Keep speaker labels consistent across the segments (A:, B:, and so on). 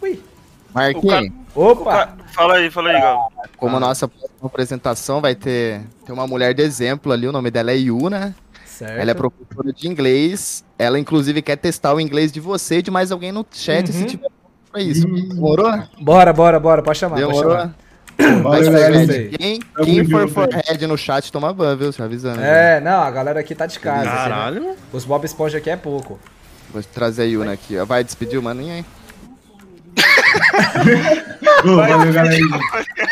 A: Ui.
B: Marquinhos,
A: Opa!
C: Fala aí, fala aí, Gal.
A: Ah.
B: como a nossa próxima apresentação vai ter, ter uma mulher de exemplo ali, o nome dela é Yu, né?
A: Certo.
B: Ela é professora de inglês. Ela, inclusive, quer testar o inglês de você e de mais alguém no chat
A: Uhum.
B: se tiver pra isso. Demorou?
A: Bora, bora, bora, pode chamar, pode
B: Demorou? né?
A: chamar.
B: Mas,
D: Valeu, galera.
A: isso aí.
B: Fred, quem,
D: Tamo
B: quem for
D: junto,
B: for head no chat toma ban, viu? Só avisando.
A: É, não, a galera aqui tá de casa. assim,
E: Caralho.
A: né? Os Bob Esponja aqui é pouco.
B: viu? Vou trazer a Yuna aqui. ó. Vai despedir o maninho aí.
D: Ô, Valeu, galera.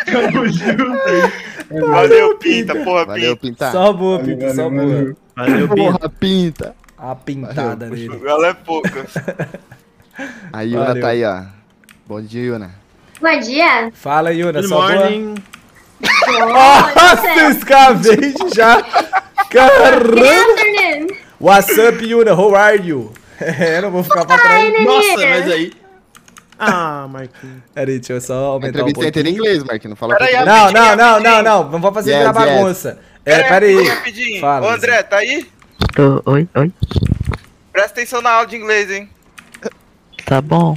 D: Tamo junto.
C: Valeu, Pinta, porra,
B: Valeu,
C: Pinta.
B: Pintar.
A: Só
E: Tá
A: boa,
D: Valeu,
A: Pinto, só
D: valeu, valeu.
A: boa.
E: Valeu, Pinta.
B: Porra, Pinta.
A: A
B: Tá,
A: pintada nele.
C: Ela é pouca.
B: A Yuna
A: Valeu.
B: tá aí, ó. Bom dia, Yuna.
F: Bom dia.
A: Fala, Yuna,
E: Good
A: só boa.
E: morning.
A: Ah! Nossa, eu escavei já. Caramba.
F: Good afternoon.
A: What's up, Yuna? How are you? É, Eu não vou ficar pra trás.
E: Nossa, mas aí. Ah, Marquinhos.
A: Peraí, deixa eu só
B: A
A: aumentar um
B: entrevista é inteira em
A: pouquinho.
B: inglês, Marquinhos. Não fala
C: Pera aí,
B: português.
A: Não, não, não, não, não. Não vou fazer
B: Yes,
A: virar
B: yes.
A: bagunça. É, peraí.
C: Rapidinho.
A: Fala,
C: Ô, André, tá aí?
G: Tô, oi, oi.
C: Presta atenção na aula de inglês, hein?
G: Tá bom.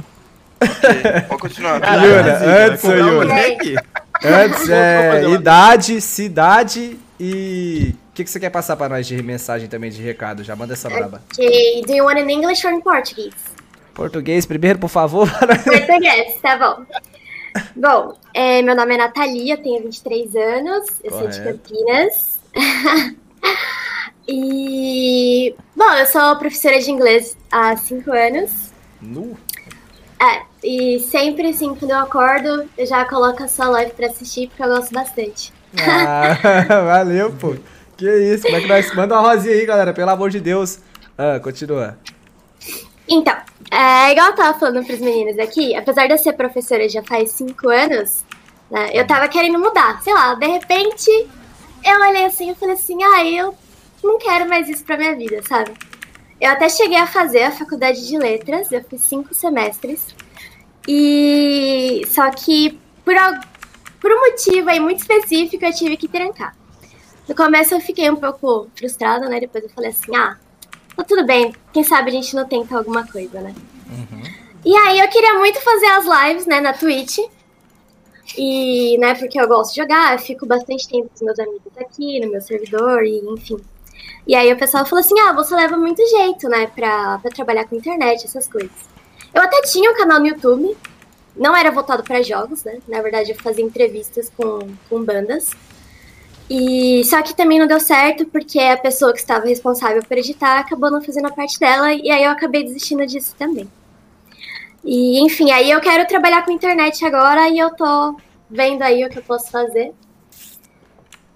C: Pode continuar.
A: Yuna, antes, ô,
E: Vai comprar um
A: Yuna.
E: moleque?
A: Antes, é,
E: fazer uma-
A: idade, cidade e... O que, que você quer passar pra nós de mensagem também, de recado? Já manda essa braba.
F: Okay, do you want in English or in Portuguese?
A: Português primeiro, por favor.
F: Português, tá bom. Bom, é, meu nome é Natalia, tenho 23 anos, eu sou de
A: Correto.
F: Campinas. e, bom, eu sou professora de inglês há 5 anos.
A: nu.
F: É, e sempre, assim, quando eu acordo, eu já coloco a sua live pra assistir, porque eu gosto bastante.
A: Ah, valeu, pô. Que isso, como é que nós... Manda uma rosinha aí, galera, pelo amor de Deus. Ah, continua.
F: Então, é, igual eu tava falando pros meninos aqui, apesar de eu ser professora já faz cinco anos, né, eu tava querendo mudar. Sei lá, de repente eu olhei assim e falei assim, ah, eu não quero mais isso pra minha vida, sabe? Eu até cheguei a fazer a faculdade de letras, eu fiz cinco semestres. E só que por, al- por um motivo aí muito específico eu tive que trancar. No começo eu fiquei um pouco frustrada, né? Depois eu falei assim, ah, Tá tudo bem, quem sabe a gente não tenta alguma coisa, né? E aí eu queria muito fazer as lives, né, na Twitch. E, né, porque eu gosto de jogar, eu fico bastante tempo com os meus amigos aqui, no meu servidor, e enfim. E aí o pessoal falou assim, ah, você leva muito jeito, né, pra, pra trabalhar com internet, essas coisas. Eu até tinha um canal no YouTube, não era voltado pra jogos, né? Na verdade, eu fazia entrevistas com, com bandas. E só que também não deu certo porque a pessoa que estava responsável por editar acabou não fazendo a parte dela e aí eu acabei desistindo disso também. E enfim, aí eu quero trabalhar com internet agora e eu tô vendo aí o que eu posso fazer.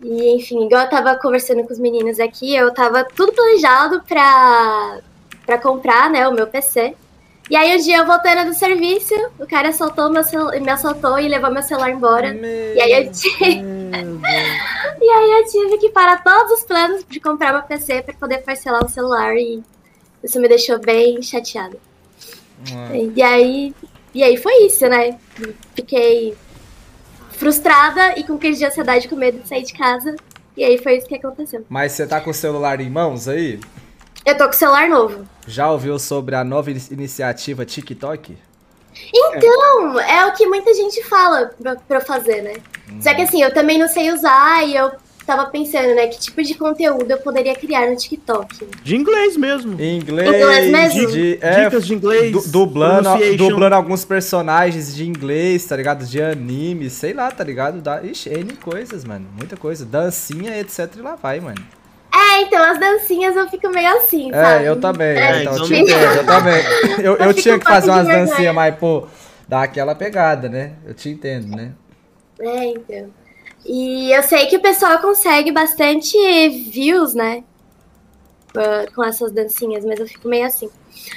F: E enfim, igual eu tava conversando com os meninos aqui, eu tava tudo planejado pra, pra comprar, né, o meu PC. E aí um dia eu voltando do serviço, o cara assaltou meu cel- me assaltou e levou meu celular embora. E aí eu tive e aí eu tive que parar todos os planos de comprar uma PC pra poder parcelar o celular e isso me deixou bem chateada. E aí, e aí foi isso, né? Fiquei frustrada e com crise de ansiedade, com medo de sair de casa. E aí foi isso que aconteceu.
A: Mas você tá com o celular em mãos aí?
F: Eu tô com celular novo.
A: Já ouviu sobre a nova ini- iniciativa TikTok?
F: Então, é o que muita gente fala pra, pra eu fazer, né? Só que assim, eu também não sei usar e eu tava pensando, né? Que tipo de conteúdo eu poderia criar no TikTok.
E: De inglês mesmo.
A: Em inglês.
F: Inglês mesmo?
A: de- é,
E: Dicas de inglês.
A: du- dublando,
E: pronunciation.
A: dublando alguns personagens de inglês, tá ligado? De anime, sei lá, tá ligado? Da, ixi, N coisas, mano. Muita coisa. Dancinha, etc. E lá vai, mano.
F: É, então as dancinhas eu fico meio assim, sabe?
A: É, eu também.
E: É,
A: então, eu
E: então
A: te
E: não
A: entendo, eu também. Eu, eu
F: Eu fico
A: tinha que
F: com um
A: fazer
F: pouco
A: umas
F: de
A: dancinhas,
F: vergonha.
A: mas, pô, dá aquela pegada, né? Eu te entendo, né?
F: É, então. E eu sei que o pessoal consegue bastante views, né? Ah, Com essas dancinhas, mas eu fico meio assim.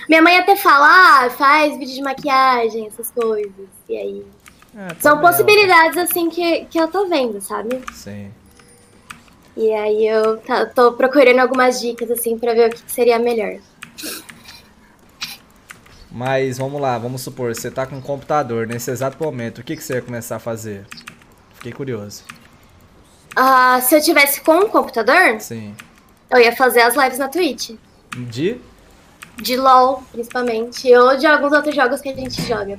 F: Minha mãe até fala, ah, faz vídeo de maquiagem, essas coisas. E aí.
A: É,
F: São
A: também, ó.
F: possibilidades, assim, que, que eu tô vendo, sabe?
A: Sim.
F: E aí eu tá- tô procurando algumas dicas, assim, pra ver o que que seria melhor.
A: Mas vamos lá, vamos supor, você tá com um computador nesse exato momento, o que, que você ia começar a fazer? Fiquei curioso.
F: Ah, se eu tivesse com um computador,
A: Sim.
F: eu ia fazer as lives na Twitch.
A: De?
F: De LOL, principalmente, ou de alguns outros jogos que a gente joga.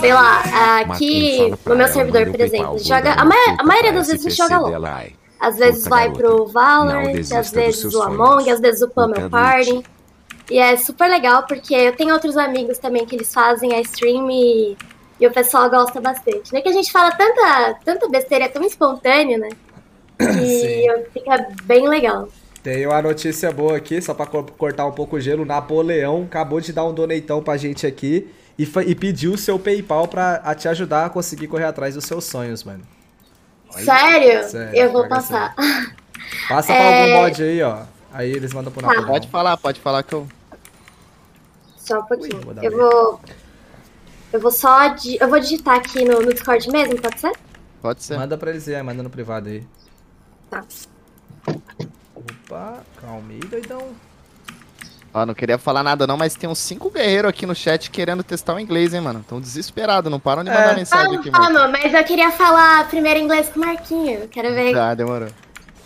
F: sei lá, aqui
H: Marquinhos, fala
F: no
H: pra
F: meu
H: ela,
F: servidor,
H: manda
F: por
H: o
F: exemplo,
H: PayPal, manda
F: joga.
H: uma
F: A, ma-
H: consulta
F: a maioria
H: pra
F: das vezes me
H: SPC
F: joga LOL.
H: dela, ai.
F: Às vezes
H: Puta
F: vai
H: garota.
F: pro
H: Não
F: Valorant,
H: desista
F: às
H: dos
F: vezes
H: seus
F: o
H: sonhos.
F: Among, às vezes o Pummel
H: Nunca
F: Party.
H: lute.
F: E é super legal, porque eu tenho outros amigos também que eles fazem a stream e, e o pessoal gosta bastante. Não é que a gente fala tanta, tanta besteira, é tão espontâneo, né?
A: Sim.
F: Que eu- fica bem legal.
A: Tem uma notícia boa aqui, só pra co- cortar um pouco o gelo. Napoleão acabou de dar um doneitão pra gente aqui e, fa- e pediu o seu PayPal pra a te ajudar a conseguir correr atrás dos seus sonhos, mano.
F: Sério?
A: Sério,
F: Eu vou
A: pega essa.
F: passar.
A: Passa pra algum mod aí, ó. Aí eles mandam pro Napoleão.
B: Pode falar, pode falar que eu.
F: Só um pouquinho.
A: Ui, vou dar
F: eu
A: um
F: vou. Eu vou só. di- Eu vou digitar aqui no, no Discord mesmo, pode ser?
B: Pode ser.
A: Manda pra eles aí, manda no privado aí.
F: Tá.
A: Opa, calma aí, doidão.
B: Ó, não queria falar nada não, mas tem uns cinco guerreiros aqui no chat querendo testar o inglês, hein, mano. Tão desesperado, não param de mandar mensagem
F: Vamos,
B: aqui, mano.
F: vamos, mas eu queria falar primeiro inglês com o Marquinho. Quero ver.
B: Tá, demorou.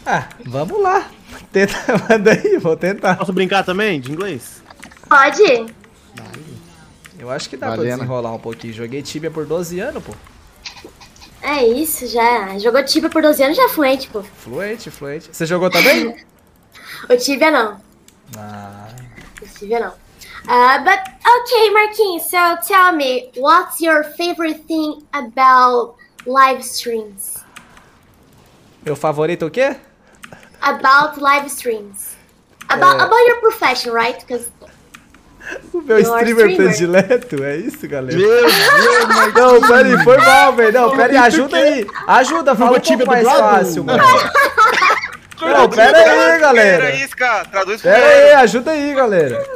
A: Ah, vamos lá. Tenta, manda aí, vou tentar.
E: Posso brincar também de inglês?
F: Pode?
A: Eu acho que dá pra
B: Valena.
A: desenrolar um pouquinho. Joguei Tibia por 12 anos, pô.
F: É isso, já. Jogou Tibia por 12 anos, já é fluente, pô.
A: Fluente, fluente. Você jogou também?
F: O Tibia não.
A: ah,
F: O Tibia não. Ah, but okay, Marquinhos, so tell me, what's your favorite thing about live streams?
A: meu favorito é o quê?
F: About live streams. About,
A: É.
F: about your profession, right? Because
A: O meu
F: Your
A: streamer
F: streamer.
A: predileto, é isso, galera?
E: Meu Deus, é
A: Não, peraí, foi mal, velho. Não, peraí, ajuda aí. Ajuda, fala um pouco
E: Tibia
A: mais
E: dublado?
A: fácil, mano. Não, pera aí, galera.
C: Pera aí, Isca. Traduz pro
A: Pera
C: galera.
E: É.
A: aí, ajuda aí, galera.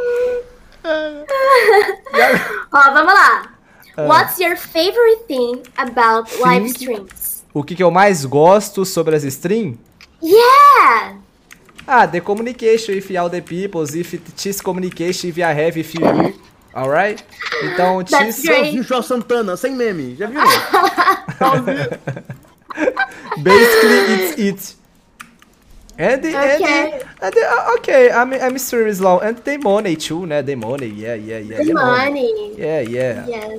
F: Ó, vamos lá.
A: Uh,
F: What's your favorite thing about live streams?
A: O que, que eu mais gosto sobre as streams?
F: Yeah!
A: Ah, the communication if all the people, if it is communication if I have if you. Alright? Então,
F: That's
A: tis
E: vi o
F: great.
E: João Santana, sem meme, já viu?
F: Ah, Tá
A: basically it's it. And, the, and,
F: Okay.
A: the, and the, uh, okay, I'm, I'm serious now. And the money too, né? The money, yeah, yeah, yeah.
F: Good money.
A: Yeah, yeah.
F: Yeah,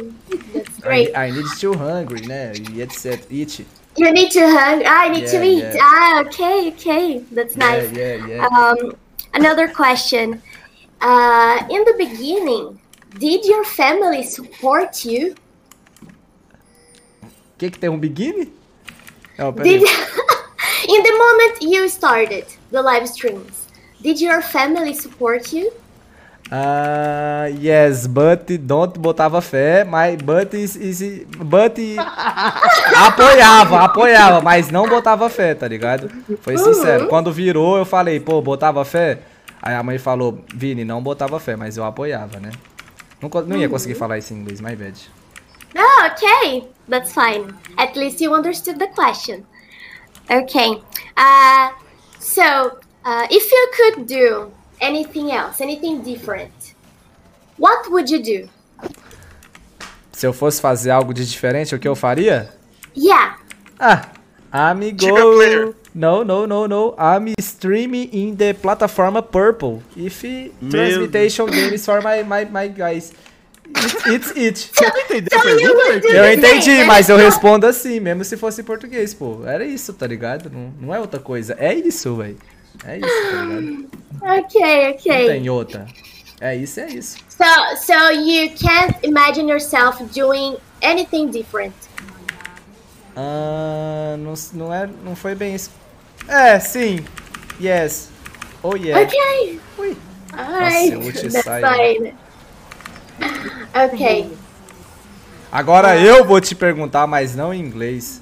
F: that's
A: I,
F: great.
A: I need to hungry, né? E etc. It.
F: You need to hug. I need to
A: Yeah,
F: eat.
A: yeah.
F: Ah, okay, okay. That's nice.
A: Yeah, yeah, yeah.
F: Um, another question. Uh, in the beginning, did your family support you?
A: O que que tem um biquíni? Não, peraí.
F: Did in the moment you started the live streams, did your family support you?
A: Ah, yes, but don't botava fé, mas but is, is but apoiava, apoiava, mas não botava fé, tá ligado? Foi sincero. Quando virou, eu falei, pô, botava fé. Aí a mãe falou, Vini, não botava fé, mas eu apoiava, né? Não, co- não ia conseguir falar isso em inglês, my bad.
F: Oh, okay. That's fine. At least you understood the question. Okay. Uh, so, uh, if you could do anything else, anything different, what would you do?
A: Se eu fosse fazer algo de diferente, o que eu faria?
F: Yeah.
A: Ah, amigo.
C: Tibia player.
A: No, no, no, no. I'm streaming in the plataforma Purple. If transmutation games for my, my, my guys. It's, it's it.
F: So you would do
A: Eu
F: the
A: entendi,
F: same.
A: mas eu respondo assim, mesmo se fosse em português, pô. Era isso, tá ligado? Não, não é outra coisa. É isso, velho. É isso, tá ligado?
F: Okay,
A: Não
F: okay.
A: tem outra. É isso, é isso.
F: So, so you can't imagine yourself doing anything different.
A: Ah, não, s- não, é, não foi bem isso. É, sim. Yes. Oh, yeah.
F: Okay.
A: Ui.
F: Alright.
A: eu vou te
F: That's
A: sair.
F: fine. Okay.
A: Agora eu vou te perguntar, mas não em inglês.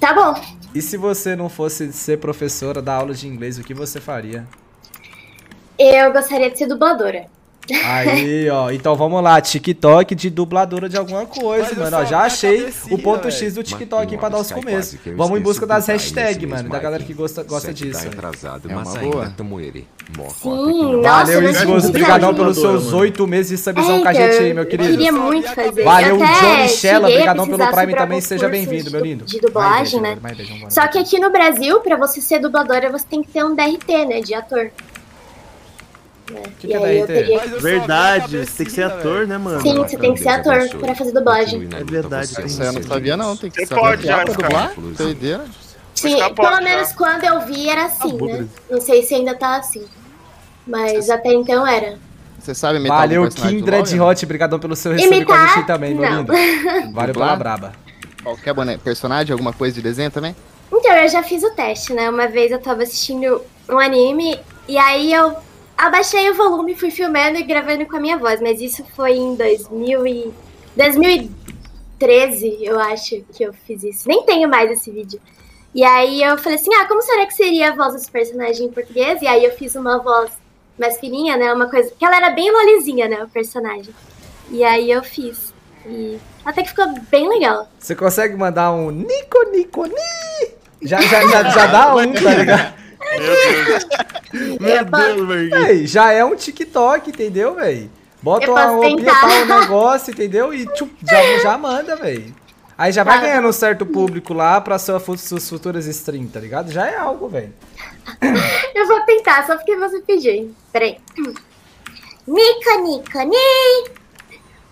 F: Tá bom.
A: E se você não fosse ser professora da aula de inglês, o que você faria?
F: Eu gostaria de ser dubladora.
A: Aí, ó. Então vamos lá, TikTok de dubladora de alguma coisa,
B: Mas eu
A: mano. Ó,
B: só
A: já
B: vi a
A: achei
B: cabecinha,
A: o ponto
B: velho.
A: X do
H: Marquinhos,
A: TikTok é pra dar os
H: sai
A: começos.
H: quase que eu
A: Vamos em
H: esqueço
A: busca
H: o
A: das
H: detalhe desse
A: hashtags,
H: mês,
A: mano, da
H: Mike.
A: galera que gosta, gosta
H: Sete
A: disso.
H: Tá
A: velho.
H: atrasado,
B: É
H: mas
B: uma
H: ainda
B: boa.
H: tamo ele. Mó corta que
F: Sim,
H: não
F: nossa,
A: Valeu, Esgoso.
E: Isco,
F: eu
E: não
F: gostaria.
A: Obrigadão
E: de
A: pelos
E: dubladora,
A: seus
E: mano.
A: oito meses de
F: É,
A: submissão com a gente aí, meu
F: eu
A: querido.
F: queria muito fazer.
A: Valeu,
F: Eu até
A: Johnny Shella.
F: cheguei a
A: Obrigadão pelo
F: precisar
A: Prime
F: sobre
A: também.
F: alguns
A: Seja
F: cursos
A: bem-vindo,
F: de
A: meu
F: du-
A: lindo.
F: De dublagem,
A: Vai,
F: né?
A: beijo, vai, beijo, vambora.
F: Só que aqui no Brasil, pra você ser dubladora, você tem que ter um DRT, né? De ator. né?
A: que
F: e
A: é
F: aí eu
A: DRT?
F: teria.
E: Verdade, você tem que ser ator, né, mano?
F: Sim, você tem que ser ator pra fazer dublagem.
H: É
E: verdade, tem
B: Isso aí eu não sabia, não. Tem que é
C: Você
B: saber
C: pode
B: dublar
C: já,
B: pra
C: cara.
B: dublar? Doideira.
F: Sim,
C: Buscar
F: pelo
C: porta.
F: menos quando eu vi era assim, né? Não sei se ainda tá assim. Mas até então era.
B: Você sabe imitar
A: Valeu,
B: algum personagem do
A: Kindred
B: LoL,
A: Hot. Obrigadão pelo seu recebido com a gente aí
F: Imitar?
A: também, meu
F: Não.
A: lindo. Valeu pela
B: Dublar?
A: braba.
B: né? Qualquer boneco, personagem, alguma coisa de desenho também?
F: Então, eu já fiz o teste, né? Uma vez eu tava assistindo um anime e aí eu abaixei o volume, fui filmando e gravando com a minha voz. Mas isso foi em 2000 e... 2013, eu acho que eu fiz isso. Nem tenho mais esse vídeo. E aí eu falei assim, ah, como será que seria a voz dos personagens em português? E aí eu fiz uma voz mais fininha, né? Uma coisa... Que ela era bem lolizinha, né? O personagem. E aí eu fiz. E até que ficou bem legal.
A: Você consegue mandar um Nico Nico Ni? Já, já, já, já dá um, tá ligado?
E: Meu
F: Eu posso-
E: Deus, Marquinhos.
A: Véi, já é um TikTok, entendeu, velho? Bota
F: Eu
A: uma
F: posso
A: roupinha,
F: tentar.
A: pá, um negócio, entendeu? E tchup, já, já manda, velho. Aí já vai
F: Tá.
A: ganhando um certo público lá pra sua, fu- suas futuras streams, tá ligado? Já é algo, velho.
F: Eu vou tentar, só porque você pediu, hein? Peraí. Nica, nica, ni!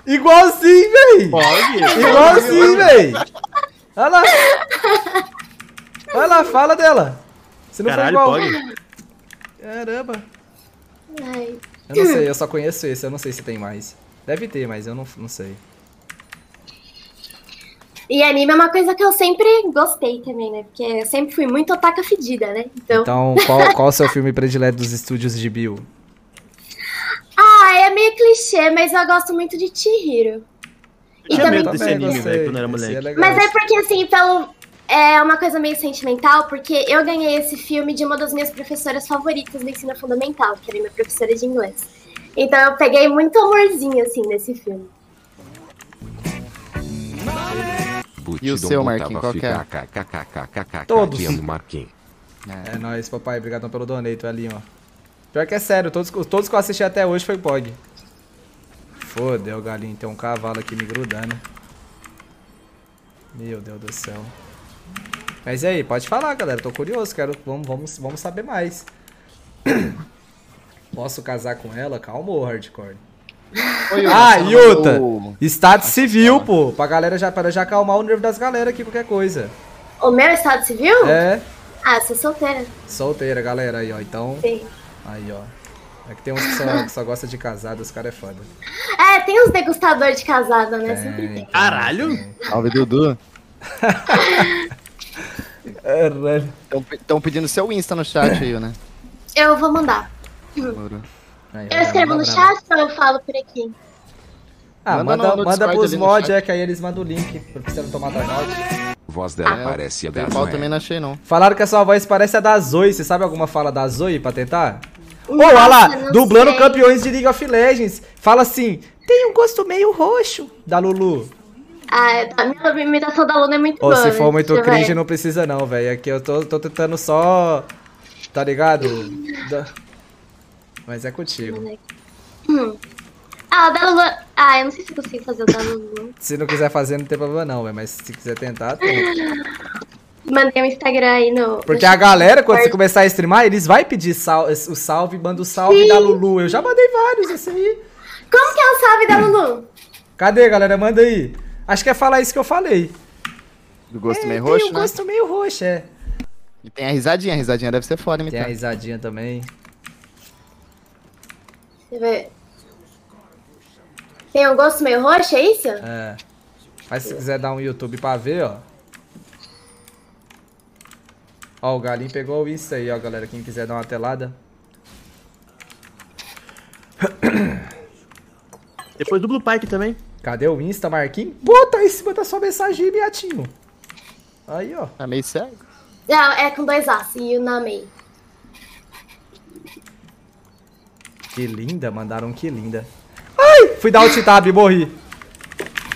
A: Igualzinho, velho.
E: Pode?
A: Igualzinho, assim, véi. Olha lá. Olha lá, fala dela. Se não
E: Caralho,
A: for igual.
E: pode?
A: Caramba.
F: Ai,
A: Eu não sei, eu só conheço esse, eu não sei se tem mais. Deve ter, mas eu não, não sei.
F: E anime é uma coisa que eu sempre gostei também, né? Porque eu sempre fui muito otaka fedida, né? Então.
A: Então, qual, qual o seu filme predileto dos estúdios de Bill?
F: Ah, é meio clichê, mas eu gosto muito de Chihiro. E
E: Eu
F: também.
E: medo desse anime,
A: gostei.
E: velho, quando eu era
A: Esse
E: moleque.
A: legal.
F: Mas é porque, assim, pelo. É uma coisa meio sentimental, porque eu ganhei esse filme de uma das minhas professoras favoritas do ensino fundamental, que era minha professora de inglês. Então eu peguei muito amorzinho, assim, nesse filme.
B: E o seu, Marquinhos, qual que é?
A: Todos.
H: Te amo, Marquinhos.
A: É nóis, papai. Obrigadão pelo donate, ali, ó. Pior que é sério, todos, todos que eu assisti até hoje foi POG. Fodeu, galinho. Tem um cavalo aqui me grudando. Meu Deus do céu. Mas e aí, pode falar, galera. Tô curioso, quero. Vamos, vamos, vamos saber mais. Posso casar com ela? Calma, ô hardcore.
B: Oi,
A: Ah,
B: você
A: e
B: mandou
A: outra.
B: o-
A: Estado civil, pô. Pra galera já, pra já acalmar o nervo das galera aqui, qualquer coisa.
F: O meu estado civil?
A: É.
F: Ah, sou solteira.
A: Solteira, galera aí, ó. Então.
F: Sim.
A: Aí, ó. É que tem uns que só, que só gosta de casado, os caras é foda.
F: É, tem os degustadores de casada, né? Sempre
B: É,
F: tem.
E: Caralho!
B: Salve, Dudu. é
A: Caralho.
B: Estão pedindo seu Insta no chat aí, né?
F: Eu vou mandar.
B: Moro.
A: É,
F: Eu escrevo no chat ou eu falo por aqui?
A: Ah,
B: Manda
A: manda,
B: no- no
A: manda
B: Discord
A: pros
B: ali no
A: mods,
B: chat.
A: é que aí eles mandam o link pra você não tomar drogout.
H: Voz dela
B: É,
H: parece a da
B: Paypal
H: Zoé.
B: também não achei, não.
A: Falaram que a sua voz parece a da Zoe. Você sabe alguma fala da Zoe pra tentar? Ô, olha lá,
F: não
A: dublando
F: sei.
A: campeões de League of Legends. Fala assim, tem um gosto meio roxo da Lulu.
F: Ah, a minha imitação da Luna é muito
A: Ô,
F: boa.
A: se for
F: né?
A: muito
F: Deixa eu ver.
A: cringe, não precisa não, velho. Aqui eu tô, tô tentando só... Tá ligado? Da- Mas é contigo.
F: Ah, o da Luna. Ah, eu não sei se eu consigo fazer o da Luna.
A: Se não quiser fazer, não tem problema não, velho. Mas se quiser tentar, tenta.
F: Mandei o Instagram aí no.
A: Porque a
F: no chat.
A: galera, quando você começar a streamar, eles vai pedir sal- o salve, manda o salve da Lulu. Eu já mandei vários, esse aí.
F: Como que é o salve da Lulu?
A: Cadê, galera? Manda aí. Acho que é falar isso que eu falei.
B: Do gosto
A: É,
B: meio
A: tem
B: roxo,
A: um
B: né?
A: gosto meio roxo, é.
B: E tem a risadinha, a risadinha deve ser foda,
A: Tem a
B: imitar.
A: risadinha também.
F: Deixa eu ver. Tem um gosto meio roxo, é isso?
A: É. Mas se quiser dar um YouTube pra ver, ó. Ó, o Galinho pegou o Insta aí, ó, galera. Quem quiser dar uma telada.
E: Depois do Blue Pike também.
A: Cadê o Insta, Marquinhos? Bota aí em cima da sua mensagem aí, miatinho. Aí, ó.
B: Tá meio cego.
F: Não, é com dois As e o Namei.
A: Que linda, mandaram que linda. Ai, fui dar alt tab e morri.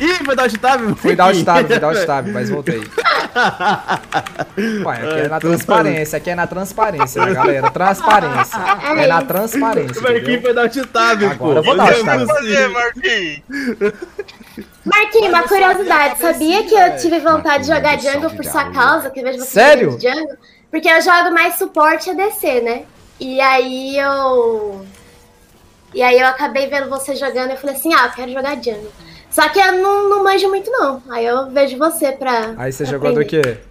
E: Ih, foi dar o tab?
A: Fui dar alt tab, fui dar alt tab, mas voltei. Ué, aqui é na transparência, aqui é na transparência, né, galera? Transparência. É na transparência,
E: O Marquinhos
A: entendeu?
E: foi dar o tab,
A: Agora
E: pô.
A: eu vou dar o
C: O que
A: Tá.
C: vai fazer, Marquinhos?
F: Marquinhos, é uma curiosidade. Sabia que é. eu tive vontade de jogar
H: Marquinhos,
F: Jungle
H: salve
F: por
H: da
F: sua
H: Lua.
F: causa? Que eu vejo você
A: Sério?
F: jogando Jungle? Porque eu jogo mais suporte a DC, né? E aí eu. E aí eu acabei vendo você jogando e eu falei assim, ah, eu quero jogar jungle. Só que eu não, não manjo muito, não. Aí eu vejo você pra.
A: Aí você
F: pra
A: jogou do
F: aprender.
A: quê?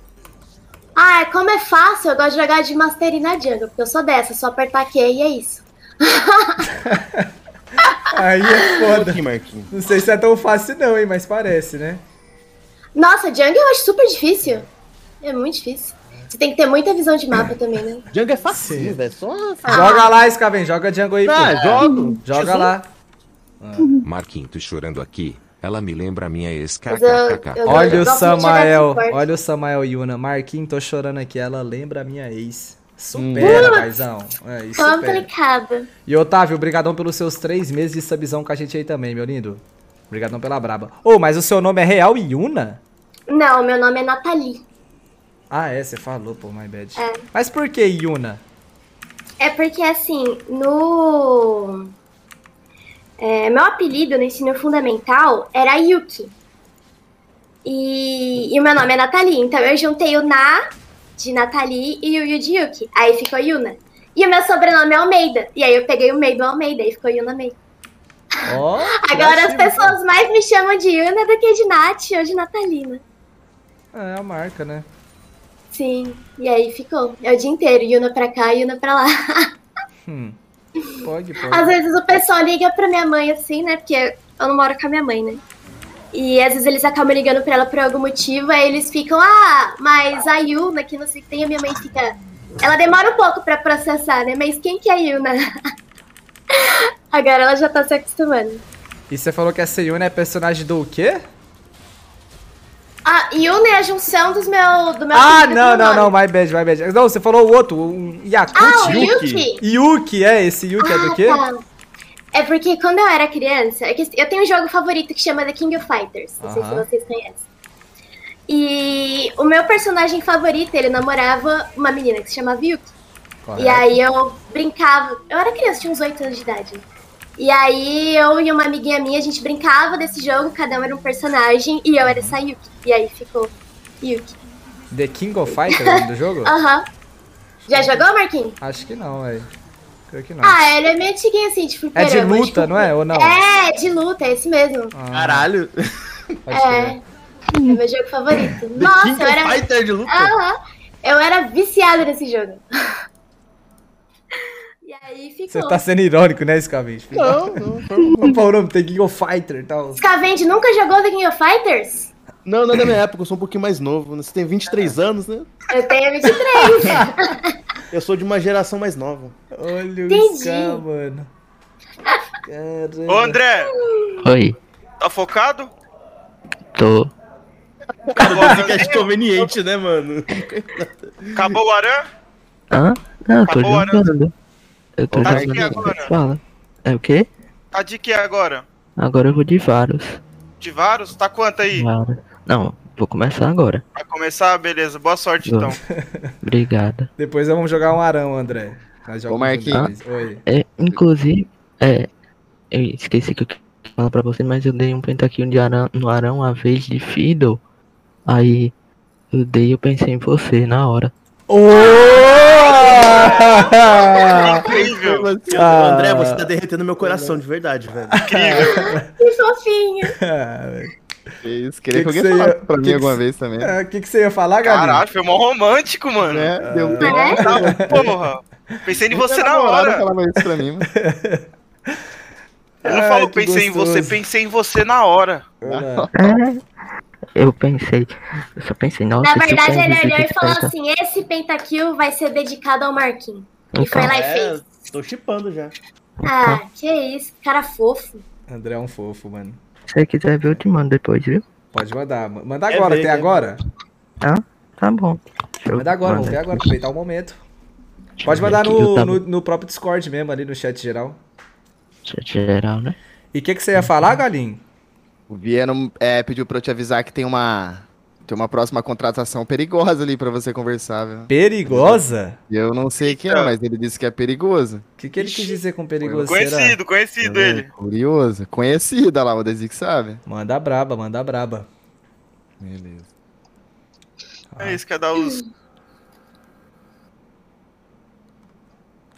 F: Ah, como é fácil, eu gosto de jogar de Masterina jungle, porque eu sou dessa, é só apertar Q e é isso.
A: Aí é foda.
H: Aqui, Marquinhos.
A: Não sei se é tão fácil não, hein, mas parece, né?
F: Nossa, jungle eu acho super difícil. É muito difícil. Você tem que ter muita visão de mapa também, né?
E: Jungle é facinho, velho. Só.
A: Joga lá, Skaven, joga Django aí,
E: Ah,
A: pô.
E: jogo.
A: Joga lá.
H: Marquinhos, tô chorando aqui. Ela me lembra a minha ex
F: Mas eu-
H: kkkk.
F: eu-
A: Olha o
F: gosto de jogar de
A: Samael,
F: suporte.
A: olha o Samael Yuna. Marquinhos, tô chorando aqui, ela lembra a minha ex. Supera, paizão. É, isso supera.
F: Complicado.
A: E Otávio, obrigadão pelos seus três meses de subzão com a gente aí também, meu lindo. Obrigadão pela braba. Ô, mas o seu nome é Real Yuna?
F: Não, meu nome é Nathalie.
A: Ah, é, você falou, pô, my bad. Mas por que Yuna?
F: É porque, assim, no. é, meu apelido no ensino fundamental era Yuki. E, e o meu nome é Nathalie. Então eu juntei o Na de Nathalie e o Yu de Yuki. Aí ficou Yuna. E o meu sobrenome é Almeida. E aí eu peguei o meio do Almeida e ficou Yuna May.
A: Ó,
F: Agora as
A: criativo,
F: pessoas mais me chamam de Yuna do que de Nath ou de Natalina.
A: pô. É a marca, né?
F: Sim. E aí ficou. É o dia inteiro. Yuna pra cá, Yuna pra lá.
A: Hum. Pode, pode.
F: Às vezes o pessoal liga pra minha mãe assim, né? Porque eu não moro com a minha mãe, né? E às vezes eles acabam ligando pra ela por algum motivo, aí eles ficam, ah, mas a Yuna, que não sei o que tem, a minha mãe fica. Ela demora um pouco pra processar, né? Mas quem que é a Yuna? Agora ela já tá se acostumando.
A: E você falou que essa Yuna é personagem do quê?
F: A Yuna é a junção dos meu, do meu.
A: Ah,
F: apelido
A: não,
F: com o
A: não, não,
F: nome.
A: my bad, my bad. Não, você falou o outro, um Yakut.
F: Ah, o
A: Yuki.
F: Yuki!
A: Yuki, é, esse Yuki é do quê?
F: Ah, tá. É porque quando eu era criança, é que eu tenho um jogo favorito que chama The King of Fighters. Não sei se
A: Aham.
F: vocês conhecem. E o meu personagem favorito, ele namorava uma menina que se chamava Yuki. E
A: Correto.
F: aí eu brincava. Eu era criança, tinha uns 8 anos de idade. E aí eu e uma amiguinha minha, a gente brincava desse jogo, cada um era um personagem, e
A: Uhum.
F: eu era essa Yuki. E aí ficou Yuki.
A: The King of Fighters, é o nome do jogo?
F: Aham. Já jogou, Marquinhos?
A: Acho que não, velho. Creio que não.
F: Ah, ele é meio antiguinho assim, de
A: é
F: fliperama.
A: de
F: acho
A: luta,
F: que-
A: não é? Ou não?
F: É, de luta, é esse mesmo.
A: Ah,
E: Caralho.
A: pode
F: É.
A: crer.
F: É meu jogo favorito.
E: The
F: Nossa,
E: King
F: eu
E: of
F: era. Ah.
E: Fighter de luta.
F: Aham. Eu era viciada nesse jogo. e aí
A: Você
F: ficou.
A: tá sendo irônico, né, Scavinch?
B: Não, não,
E: um
A: Pô, o nome, The King of Fighter e tal.
F: Scavendi nunca jogou The King of Fighters?
E: Não, não é da minha época, eu sou um pouquinho mais novo. né? Você tem
F: É.
E: 23 anos, né?
F: Eu tenho 23.
E: Eu sou de uma geração mais nova.
A: Olha o
F: Entendi.
A: Scar, mano. Caramba.
C: Ô, André,
G: Oi.
C: tá focado?
G: Tô.
C: Acabou, o
E: Que é
C: Aranha?
E: desconveniente, né, mano?
C: Acabou o Aran?
G: Hã? Não, eu tô
C: Acabou, né?
G: jogando. Eu tô
C: Tá aqui agora.
G: jogando. Fala. É o quê?
C: Tá de que agora?
G: Agora eu vou de Varus.
C: De Varus? Tá quanto aí?
G: Varus. Não, vou começar agora.
C: Vai começar? Beleza, boa sorte então.
G: Obrigada.
A: Depois nós vamos jogar um arão, André. Nós jogamos
B: Marquinhos.
A: depois. Oi.
G: É, inclusive, é. Eu esqueci que eu queria falar pra você, mas eu dei um pentaquinho de arão, no arão uma vez de Fiddle. Aí eu dei e eu pensei em você na hora.
A: Oh!
C: Tá Incrível,
A: Ah.
E: André, você tá derretendo meu coração, de verdade, velho.
C: incrível.
F: Que fofinho.
A: Ah,
B: que isso. Queria
A: Que
B: que,
A: que
B: alguém
A: você ia-
B: falasse pra
A: que
B: mim
A: que
B: alguma
A: você-
B: vez também.
A: Ah, O que, que você ia falar, Gabi?
C: Caralho, foi mó romântico, mano.
B: Né? Deu um
F: É?
C: Tá, porra. Pensei em
A: é
C: você na
B: namorada
C: hora.
B: falava isso pra mim, mano.
C: Eu não
A: Ai,
C: falo
A: É, que
C: pensei em você,
A: gostoso.
C: pensei em você na hora.
A: Olha,
G: Eu pensei, eu só pensei, nossa,
F: Na
G: que
F: verdade, ele
G: convite
F: olhou e
G: de
F: falou
G: festa.
F: assim: esse pentakill vai ser dedicado ao Marquinhos. E foi
G: Então,
F: lá e fez.
E: É, tô chipando já.
F: Ah, que isso, cara fofo.
A: André é um fofo, mano.
G: se você quiser ver, eu te mando depois, viu?
A: Pode mandar. ma- Manda
E: É
A: agora,
E: bem,
A: tem
E: né?
A: agora?
G: Tá bom. Deixa eu
A: Manda agora, vamos
G: mandar
A: ver agora,
G: aqui.
A: aproveitar o momento.
G: Deixa
A: Pode
G: eu ver
A: mandar
G: aqui, eu
A: no,
G: tava
A: no, no próprio Discord mesmo, ali no chat geral.
G: no chat geral, né?
A: E o que, que você ia falar, Galinho?
B: O Viano é, pediu pra eu te avisar que tem uma. Tem uma próxima contratação perigosa ali pra você conversar, viu?
A: Perigosa?
B: E Eu não sei o que é, mas ele disse que é perigoso. É,
A: O que, que ele quis dizer com perigoso? Será?
C: Conhecido, conhecido ele.
B: Curioso. Conhecida lá, o Desi que sabe.
A: Manda braba, manda braba.
B: Beleza.
C: É isso, quer dar os.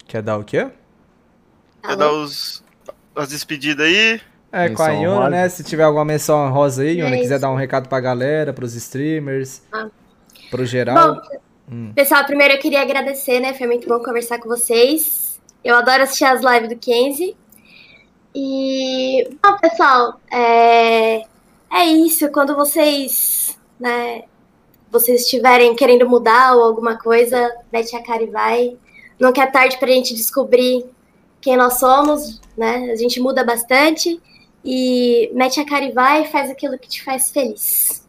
A: Quer dar o quê?
C: Quer dar os. as despedidas aí.
A: É, com a
B: Menção
A: Yuna,
B: honrosa.
A: né? Se tiver alguma menção honrosa aí,
F: É
A: Yuna, quiser
F: isso.
A: dar um recado pra galera, pros streamers,
F: Ah.
A: pro geral.
F: Bom,
A: Hum.
F: pessoal, primeiro eu queria agradecer, né? Foi muito bom conversar com vocês. Eu adoro assistir as lives do Kenzie. E, bom, pessoal, é, é isso. Quando vocês, né, vocês estiverem querendo mudar ou alguma coisa, mete a cara e vai. Nunca é tarde pra gente descobrir quem nós somos, né? A gente muda bastante. E mete a cara e vai, faz aquilo que te faz feliz.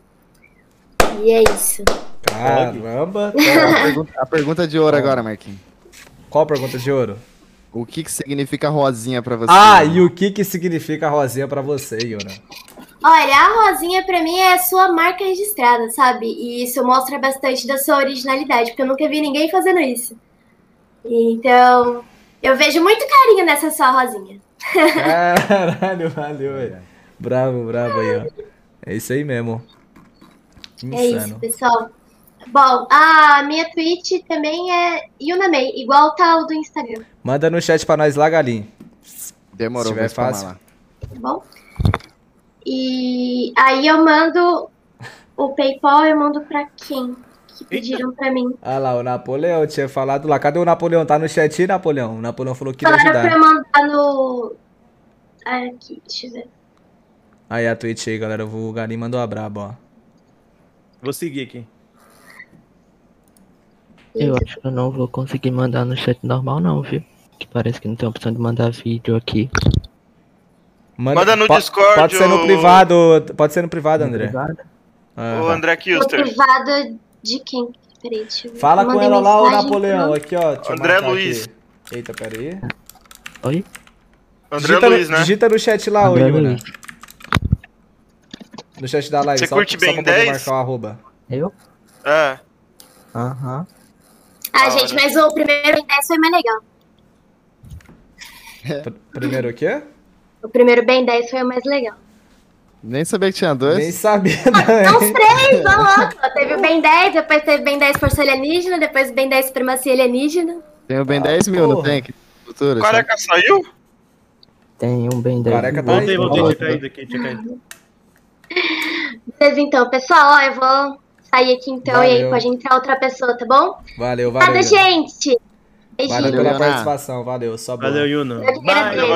F: E é isso.
A: Caramba!
B: A pergunta, a pergunta de ouro agora, Marquinhos.
A: Qual a pergunta de ouro?
B: O que, que significa rosinha pra você?
A: Ah, e o que que significa a rosinha pra você, Yuna?
F: Olha, a Rosinha pra mim é a sua marca registrada, sabe? E isso mostra bastante da sua originalidade, porque eu nunca vi ninguém fazendo isso. Então, eu vejo muito carinho nessa sua Rosinha.
A: Caralho, valeu, velho. Bravo, bravo aí, ó. É isso aí mesmo. Que
F: É
A: Insano.
F: isso, pessoal. Bom, a minha Twitch também é Yunamei, igual tá o do Instagram,
A: Manda no chat pra nós lá, Galinho.
B: Demorou,
A: Se tiver
B: vou spamar
A: fácil.
B: lá.
F: tá bom? E aí eu mando o PayPal, eu mando pra quem que pediram pra mim.
A: Ah lá, o Napoleão tinha falado lá. Cadê o Napoleão? Tá no chat aí, Napoleão? O Napoleão falou que ia
F: Falaram pra
A: ajudar.
F: mandar no. Ah, Aqui, deixa eu ver.
A: Aí a Twitch aí, galera. O Galinho mandou a braba, ó.
E: Vou seguir aqui.
G: Eu acho que eu não vou conseguir mandar no chat normal não, viu? Que parece que não tem opção de mandar vídeo aqui.
C: Manda no
A: po-
C: Discord,
A: Pode ser no
C: ô-
A: privado, pode ser no privado, André. Ah,
C: O
A: tá.
C: André
F: Tô
C: Kilster.
F: privado de quem? Peraí, deixa eu ver.
A: Fala com
F: Mandei
A: ela lá, o
F: mensagem,
A: Napoleão.
F: pronto.
A: Aqui, ó. Deixa eu
C: André
A: marcar
C: Luiz.
A: aqui. Eita, pera aí.
G: Oi?
C: André
A: digita, no-
C: Luiz, né?
A: digita no chat lá, ô
G: André
A: Yuna.
G: Luiz.
A: No chat da live.
C: Você
A: só,
C: curte
A: só
C: Ben
A: pra poder
C: 10?
A: marcar o arroba.
G: Eu?
C: É.
G: Aham.
F: Ah, gente, mas o primeiro Ben 10 foi mais legal.
A: Pr- Primeiro o quê?
F: O primeiro Ben 10 foi o mais legal.
B: Nem sabia que tinha
A: Nem
B: dois.
A: sabia.
F: São
A: Né?
F: os três, ó, louco. Teve o Ben 10, depois teve o Ben 10 força alienígena, depois o Ben 10 supremacia alienígena.
B: Tem o bem 10 mil, não
A: Ah, porra.
B: tem? Que Cultura,
C: O careca saiu?
G: Tem um bem 10.
A: Careca tá
D: Voltei,
A: aí.
D: voltei,
A: Ó,
D: tinha caído aqui, tinha caído.
F: Beleza, então, pessoal, ó, eu vou sair aqui então e
A: Valeu.
F: aí pode entrar outra pessoa, tá bom?
A: Valeu, valeu.
F: Nada, gente.
A: Valeu
F: Beijinho.
A: pela
B: Leonardo.
A: participação, valeu. Só boa.
D: Valeu, Yuna.
F: Eu que agradeço.
C: Valeu,